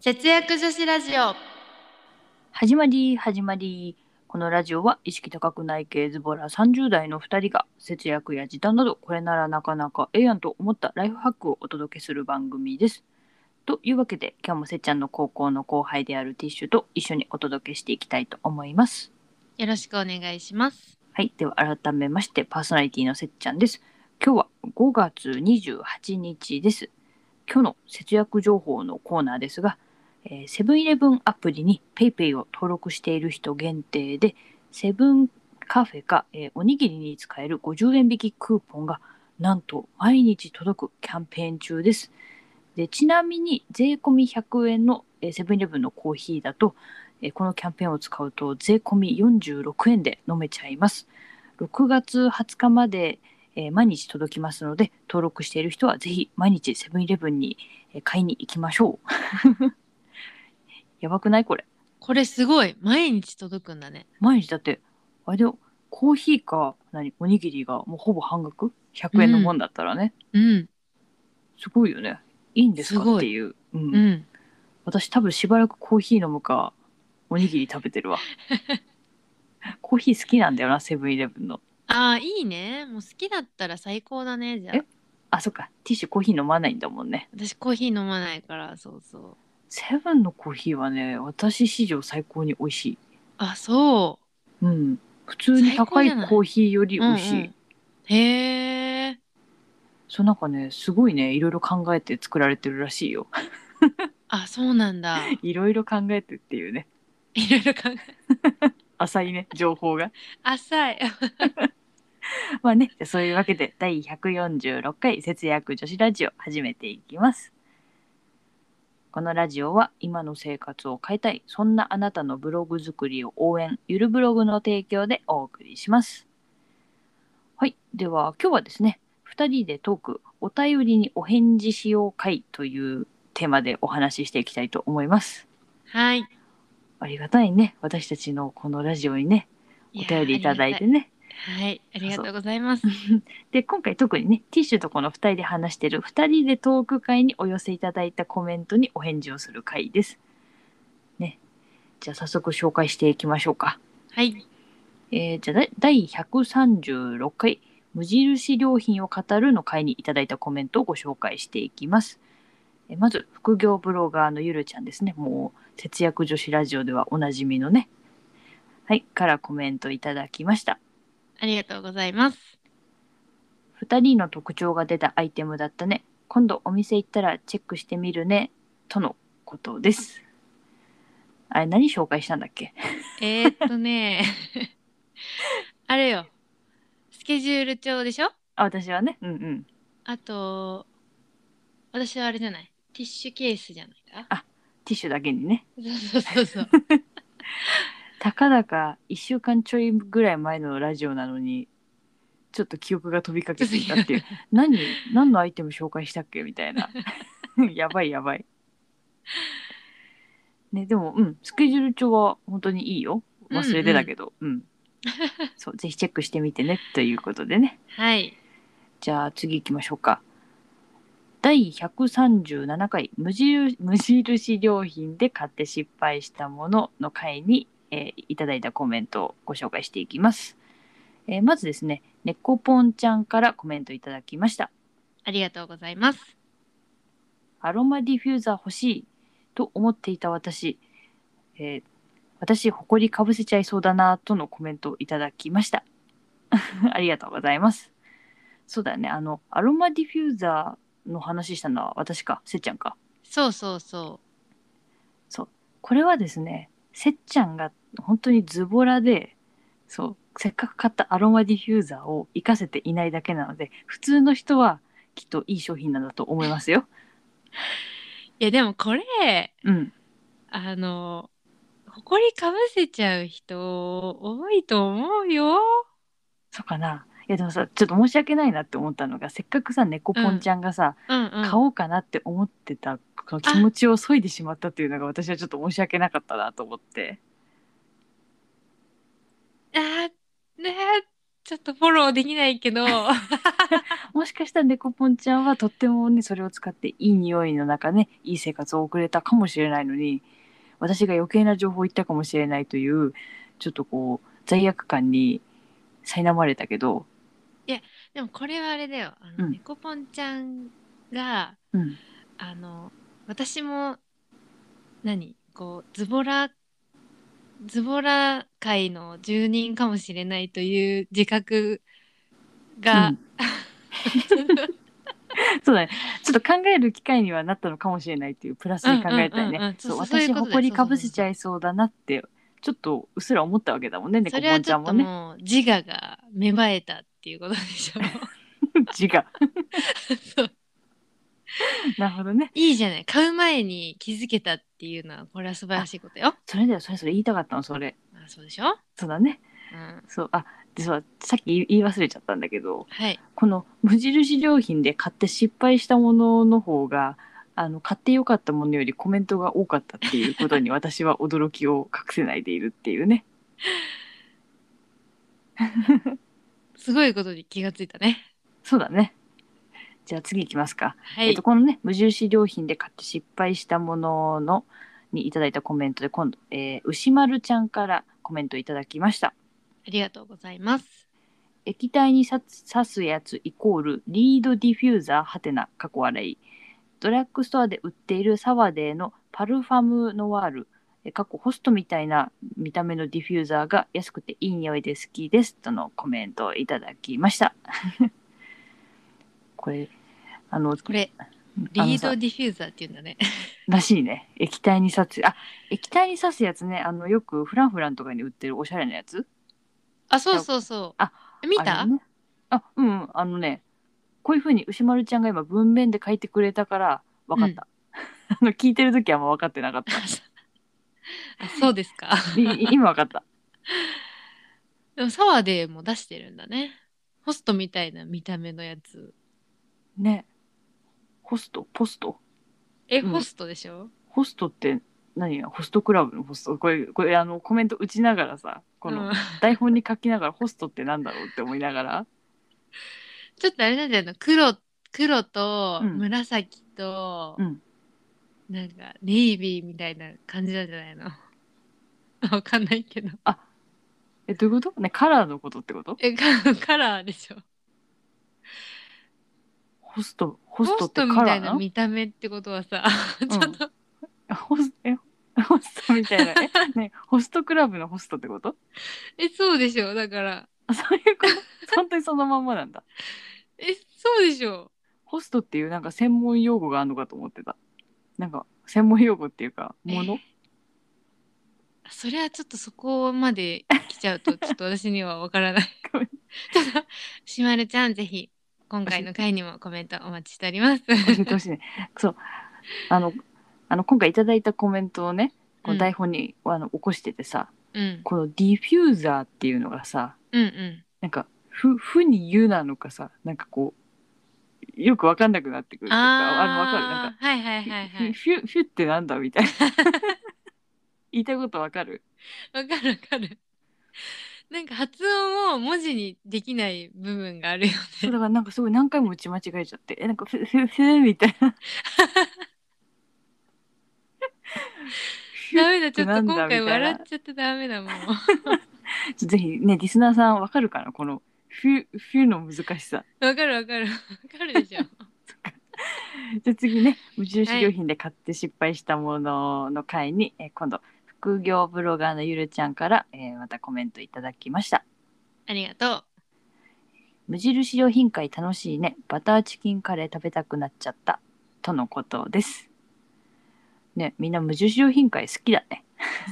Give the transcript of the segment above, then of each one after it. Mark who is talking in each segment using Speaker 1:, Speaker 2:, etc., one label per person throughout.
Speaker 1: 節約女子ラジオ
Speaker 2: 始まり始まりこのラジオは意識高くない系ズボラ30代の2人が節約や時短などこれならなかなかええやんと思ったライフハックをお届けする番組です。というわけで今日もせっちゃんの高校の後輩であるティッシュと一緒にお届けしていきたいと思います。
Speaker 1: よろしくお願いします
Speaker 2: はい、では改めましてパーソナリティのせっちゃんです。今日は5月28日です。今日の節約情報のコーナーですが、えーセブンイレブンアプリに PayPay を登録している人限定で、セブンカフェか、えーおにぎりに使える50円引きクーポンがなんと毎日届くキャンペーン中です。でちなみに税込み100円のえーセブンイレブンのコーヒーだと、えーこのキャンペーンを使うと税込み46円で飲めちゃいます。6月20日まで、えー毎日届きますので登録している人はぜひ毎日セブンイレブンにえー買いに行きましょう。 やばくないこれ。
Speaker 1: これすごい毎日届くんだね
Speaker 2: 毎日だってあれだよコーヒーか何おにぎりがもうほぼ半額100円のもんだったらね、
Speaker 1: うん
Speaker 2: すごいよねいいんです
Speaker 1: すご
Speaker 2: か
Speaker 1: い
Speaker 2: っていう、うん
Speaker 1: うん
Speaker 2: 私多分しばらくコーヒー飲むかおにぎり食べ てるわコーヒー好きなんだよなセブンイレブンの
Speaker 1: ああいいねもう好きだったら最高だねじゃあ
Speaker 2: えあそっかティッシュコーヒー飲まないんだもんね
Speaker 1: 私コーヒー飲まないからそうそう
Speaker 2: セブンのコーヒーはね私史上最高に美味しい
Speaker 1: あそう
Speaker 2: うん普通に
Speaker 1: 最高
Speaker 2: 高
Speaker 1: じ
Speaker 2: い
Speaker 1: ゃない
Speaker 2: コーヒーより美味しい、
Speaker 1: うんうんへえ
Speaker 2: そうなんかねすごいねいろいろ考えて作られてるらしいよ
Speaker 1: あそうなんだ
Speaker 2: いろいろ考えてっていうね
Speaker 1: いろいろ考え
Speaker 2: 浅いね情報が
Speaker 1: 浅い
Speaker 2: まあねじゃあそういうわけで第146回節約女子ラジオ始めていきますこのラジオは今の生活を変えたいそんなあなたのブログ作りを応援ゆるブログの提供でお送りしますはいでは今日はですね2人でトークお便りにお返事しよう会というテーマでお話ししていきたいと思います
Speaker 1: はい
Speaker 2: ありがたいね私たちのこのラジオにねお便りいただいてね
Speaker 1: はいありがとうございます
Speaker 2: で今回特にねティッシュとこの2人で話してる2人でトーク会にお寄せいただいたコメントにお返事をする会です。ね。じゃあ早速紹介していきましょうか。
Speaker 1: はい
Speaker 2: えーじゃあだ第136回「無印良品を語る」の回にいただいたコメントをご紹介していきます。えーまず副業ブロガーのゆるちゃんですねもう節約女子ラジオではおなじみのねはいからコメントいただきました。
Speaker 1: ありがとうございます
Speaker 2: 2人の特徴が出たアイテムだったね今度お店行ったらチェックしてみるねとのことですあれ何紹介したんだっけ
Speaker 1: えーっと ねあれよスケジュール帳でしょ
Speaker 2: あ私はねうんうん
Speaker 1: あと私はあれじゃないティッシュケースじゃないか
Speaker 2: ティッシュだけにね
Speaker 1: そうそうそうそう
Speaker 2: たかだか1週間ちょいぐらい前のラジオなのにちょっと記憶が飛びかけていたっていう何何のアイテム紹介したっけみたいな やばいやばいねでもうんスケジュール帳は本当にいいよ忘れてたけどうん、そうぜひチェックしてみてねということでね
Speaker 1: はい
Speaker 2: じゃあ次行きましょうか第137回無印無印良品で買って失敗したものの回に、えーいただいたコメントをご紹介していきます、えーまずですね猫ぽんちゃんからコメントいただきました
Speaker 1: ありがとうございます
Speaker 2: アロマディフューザー欲しいと思っていた私、えー私、ほこりかぶせちゃいそうだなとのコメントをいただきました。 ありがとうございます。そうだね、あの、アロマディフューザーの話したのは私か、せっちゃんか。
Speaker 1: そうそうそ
Speaker 2: これはですね、せっちゃんが本当にズボラで、そう、せっかく買ったアロマディフューザーを活かせていないだけなので、普通の人はきっといい商品なんだと思いますよ。
Speaker 1: ういやでもこれ
Speaker 2: うん。
Speaker 1: あのほこりかぶせちゃう人多いと思うよ
Speaker 2: そうかな。いやでもさちょっと申し訳ないなって思ったのがせっかくさ猫ぽんちゃんがさ、
Speaker 1: うんうん
Speaker 2: 買おうかなって思ってたこの気持ちを削いでしまったっていうのが私はちょっと申し訳なかったなと思って
Speaker 1: あねちょっとフォローできない けど
Speaker 2: もしかしたら猫ポンちゃんはとってもねそれを使っていい匂いの中ねいい生活を送れたかもしれないのに私が余計な情報を言ったかもしれないというちょっとこう罪悪感に苛まれたけど、
Speaker 1: でもこれはあれだよあの、
Speaker 2: うん
Speaker 1: 猫ポンちゃんが
Speaker 2: うん、
Speaker 1: あの私も何こうズボラズボラ界の住人かもしれないという自覚が、
Speaker 2: うん そうだねちょっと考える機会にはなったのかもしれないっていうプラスに考えたい
Speaker 1: うんうんうんう
Speaker 2: ね
Speaker 1: ん
Speaker 2: そう
Speaker 1: そうそういう
Speaker 2: 私
Speaker 1: ことだよ
Speaker 2: 誇りかぶせちゃいそうだなってちょっとうっすら思ったわけだもんね猫
Speaker 1: それは
Speaker 2: ポン
Speaker 1: ち
Speaker 2: ちゃ
Speaker 1: ょ
Speaker 2: ん
Speaker 1: っ
Speaker 2: も
Speaker 1: と
Speaker 2: ね
Speaker 1: もう自我が芽生えたっていうことでし ょ
Speaker 2: 字が
Speaker 1: そう
Speaker 2: なるほどね
Speaker 1: いいじゃない買う前に気づけたっていうのはこれは素晴らしいことよ
Speaker 2: それだよそれそれ言いたかったのそれ
Speaker 1: あそうでしょ、
Speaker 2: そうだね
Speaker 1: うん、
Speaker 2: そうあでそうさっき言い言い忘れちゃったんだけど
Speaker 1: はい
Speaker 2: この無印良品で買って失敗したものの方があの買ってよかったものよりコメントが多かったっていうことに私は驚きを隠せないでいるっていうね
Speaker 1: すごいことに気がついたね
Speaker 2: そうだねじゃあ次いきますか、
Speaker 1: は
Speaker 2: え
Speaker 1: い
Speaker 2: っと、このね無印良品で買って失敗したもののにいただいたコメントで今度、えー牛丸ちゃんからコメントいただきました
Speaker 1: ありがとうございます
Speaker 2: 液体に刺す刺すやつイコールリードディフューザーはてな過去笑いドラッグストアで売っているサワデーのパルファムノワールえ過去ホストみたいな見た目のディフューザーが安くていい匂いで好きですとのコメントをいただきました これあの
Speaker 1: これ
Speaker 2: あ
Speaker 1: リ
Speaker 2: の
Speaker 1: ー
Speaker 2: さ
Speaker 1: ドディフューザーっていうんだね
Speaker 2: らしいね液体に刺すあ液体に刺すやつねあのよくフランフランとかに売ってるおしゃれなやつ
Speaker 1: あそうそうそう
Speaker 2: あ
Speaker 1: 見
Speaker 2: あ
Speaker 1: た、
Speaker 2: れねあうんうんあのねこういうふうに牛丸ちゃんが今文面で書いてくれたから分かった、 あの聞いてる時はあんま分かってなかっ た
Speaker 1: あそうですか
Speaker 2: い今分かった
Speaker 1: でもサワーでも出してるんだねホストみたいな見た目のやつ
Speaker 2: ねホストポスト
Speaker 1: え、
Speaker 2: うん
Speaker 1: ホストでしょ
Speaker 2: ホストって何やホストクラブのホストこれこれあのコメント打ちながらさこ
Speaker 1: う
Speaker 2: の
Speaker 1: ん
Speaker 2: 台本に書きながらホストってなんだろうって思いながら
Speaker 1: ちょっとあれなんだよな黒黒と
Speaker 2: うん
Speaker 1: 紫と、
Speaker 2: うん
Speaker 1: なんかネイビーみたいな感じなんじゃないの わかんないけど
Speaker 2: えどういうことねカラーのことってこと
Speaker 1: えカカラーでしょ
Speaker 2: ホストホ
Speaker 1: ホ
Speaker 2: ストっ
Speaker 1: ス
Speaker 2: て
Speaker 1: トみ
Speaker 2: カ
Speaker 1: た
Speaker 2: ラ
Speaker 1: い
Speaker 2: ー
Speaker 1: な
Speaker 2: なの
Speaker 1: 見た目ってことはさ、 ちょっと
Speaker 2: ホスえホストみたいなえ、ね、ホストクラブのホストってこと
Speaker 1: えそうでしょだから
Speaker 2: あそういうこと 本当にそのまんまなんだ
Speaker 1: えそうでしょ
Speaker 2: ホストっていうなんか専門用語があるのかと思ってたなんか専門用語っていうかもの
Speaker 1: それはちょっとそこまで来ちゃうとちょっと私にはわから ない
Speaker 2: ごめん
Speaker 1: ちょっとしまるちゃんぜひ今回の回にもコメントお待ちしております
Speaker 2: 教えてほしいねそうあのあの今回いただいたコメントをねこ
Speaker 1: う
Speaker 2: うん台本に、あの起こしててさ
Speaker 1: うん
Speaker 2: このディフューザーっていうのがさ
Speaker 1: うんうん
Speaker 2: なんかふ「ふ」に「ゆ」なのかさなんかこうよくわかんなくなってくるっていうかあのわかるなんか
Speaker 1: あーはいはいはい は
Speaker 2: フュフュフュってなんだみた いな言いたいことわかる
Speaker 1: い。わかるわかる。なんか発音を文字にできない部分があるよ
Speaker 2: そう
Speaker 1: ね。
Speaker 2: だからなんかすごい何回も打ち間違えちゃってえなんかフュフュフュみたいなフュ
Speaker 1: ダメだ、ちょっと
Speaker 2: なんだ
Speaker 1: 今回
Speaker 2: みたいな
Speaker 1: 笑っちゃってダメだもん。
Speaker 2: ぜひねリスナーさんわかるかなこのフュフュの難しさ
Speaker 1: わかるわかる。わかるでしょ。
Speaker 2: じゃあ次ね無印良品で買って失敗したものの回に、え今度副業ブロガーのゆるちゃんから、えーまたコメントいただきました
Speaker 1: ありがと
Speaker 2: 無印良品会楽しいねバターチキンカレー食べたくなっちゃったとのことですねみんな無印良品会好きだね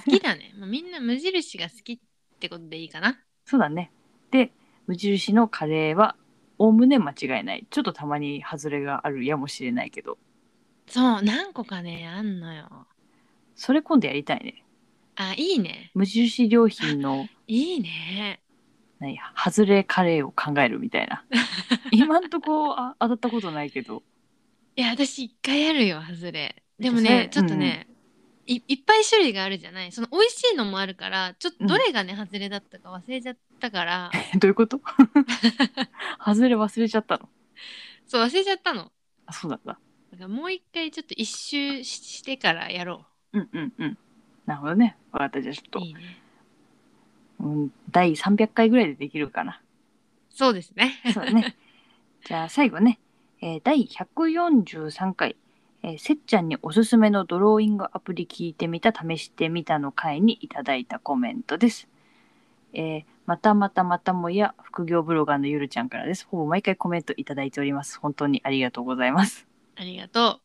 Speaker 1: う。好きだね。まあみんな無印が好きってことでいいかな。
Speaker 2: そうだねで無印のカレーはおおむね間違いないちょっとたまに外れがあるやもしれないけど
Speaker 1: そう、何個かね、あんのよ。
Speaker 2: それ今度やりたいね
Speaker 1: あ、いいね。
Speaker 2: 無印良品の
Speaker 1: いいね。
Speaker 2: 何外れカレーを考えるみたいな今んとこあ当たったことないけど
Speaker 1: いや、私一回あるよ、外れ。でも
Speaker 2: それ
Speaker 1: ね、ちょっとね、いいっぱい種類があるじゃないその美味しいのもあるからちょっとどれがね、外れだったか忘れちゃった から
Speaker 2: どういうこと外れ忘れちゃったの
Speaker 1: そう忘れちゃったの
Speaker 2: あそうなんだ
Speaker 1: だからもう一回ちょっと一周ししてからやろ
Speaker 2: うんうんうんなるほどね分かったじゃあちょっ
Speaker 1: う
Speaker 2: と
Speaker 1: いいね
Speaker 2: うん、第300回ぐらいでできるかな。
Speaker 1: そうですね
Speaker 2: そうだね。じゃあ最後ね、えー第143回、えーせっちゃんにおすすめのドローイングアプリ聞いてみた、試してみたの回にいただいたコメントです。えーまたまたまたもや副業ブロガーのゆるちゃんからです。ほぼ毎回コメントいただいております。本当にありがとうございます。
Speaker 1: ありがと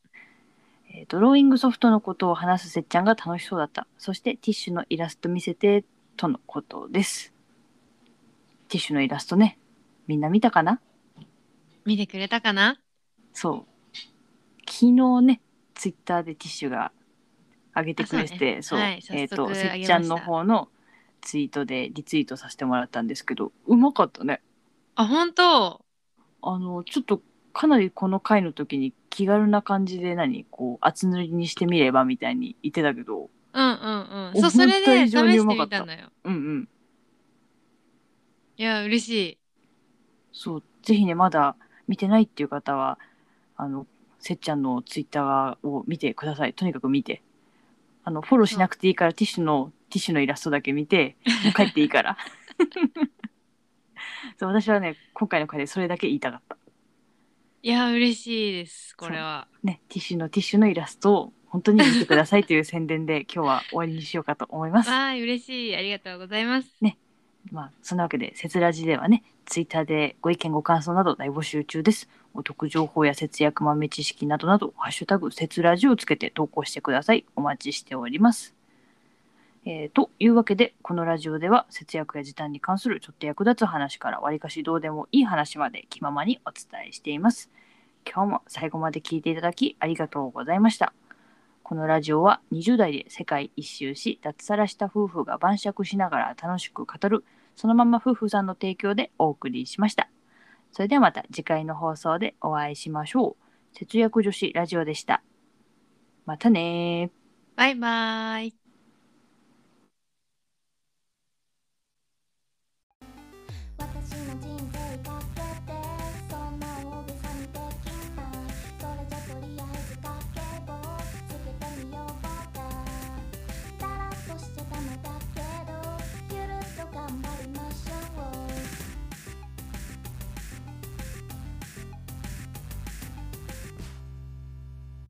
Speaker 2: えードローイングソフトのことを話すせっちゃんが楽しそうだった。そしてティッシュのイラスト見せてとのことです。ティッシュのイラストね。みんな見たかな
Speaker 1: う見てくれたかな
Speaker 2: そう。昨日ね、ツイッターでティッシュが上げてくれてて、
Speaker 1: あ
Speaker 2: そ,、
Speaker 1: そううねはい
Speaker 2: えっ、
Speaker 1: 早速上げ
Speaker 2: と、
Speaker 1: まし
Speaker 2: せ
Speaker 1: た
Speaker 2: っちゃんの方のツイートでリツイートさせてもらったんですけど、うまかったね。
Speaker 1: あ本当
Speaker 2: あの、ちょっとかなりこの回の時に気軽な感じで何こう厚塗りにしてみればみたいに言ってたけど、
Speaker 1: うんうんうん
Speaker 2: 思
Speaker 1: そうそ
Speaker 2: った
Speaker 1: れで試
Speaker 2: 以上にう
Speaker 1: し
Speaker 2: ま
Speaker 1: て
Speaker 2: かっ
Speaker 1: み
Speaker 2: た
Speaker 1: たのよ
Speaker 2: うんうん。
Speaker 1: いや嬉しい
Speaker 2: そう、ぜひね、まだ見てないっていう方は、あの、せっちゃんのツイッターを見てください。とにかく見て。あの、フォローしなくていいから、ティッシュの、ティッシュのイラストだけ見て、もう帰っていいから。 そう、私はね、今回の回でそれだけ言いたかった。
Speaker 1: いや嬉しいですこれは
Speaker 2: ね、ティッシュの、ティッシュのイラストを本当に見てくださいという宣伝で、今日は終わりにしようかと思います。
Speaker 1: わあ嬉しいありがとうございます
Speaker 2: まあ、そんなわけで、せつらじではね、ツイッターでご意見、ご感想など大募集中です。お得情報や節約豆知識などなど、ハッシュタグ、せつらじをつけて投稿してください。お待ちしております。えーというわけで、このラジオでは、節約や時短に関するちょっと役立つ話から、わりかしどうでもいい話まで気ままにお伝えしています。今日も最後まで聞いていただき、ありがとうございました。このラジオは20代で世界一周し脱サラした夫婦が晩酌しながら楽しく語るそのまま夫婦さんの提供でお送りしました。それではまた次回の放送でお会いしましょう。節約女子ラジオでした。またねー。
Speaker 1: バイバーイ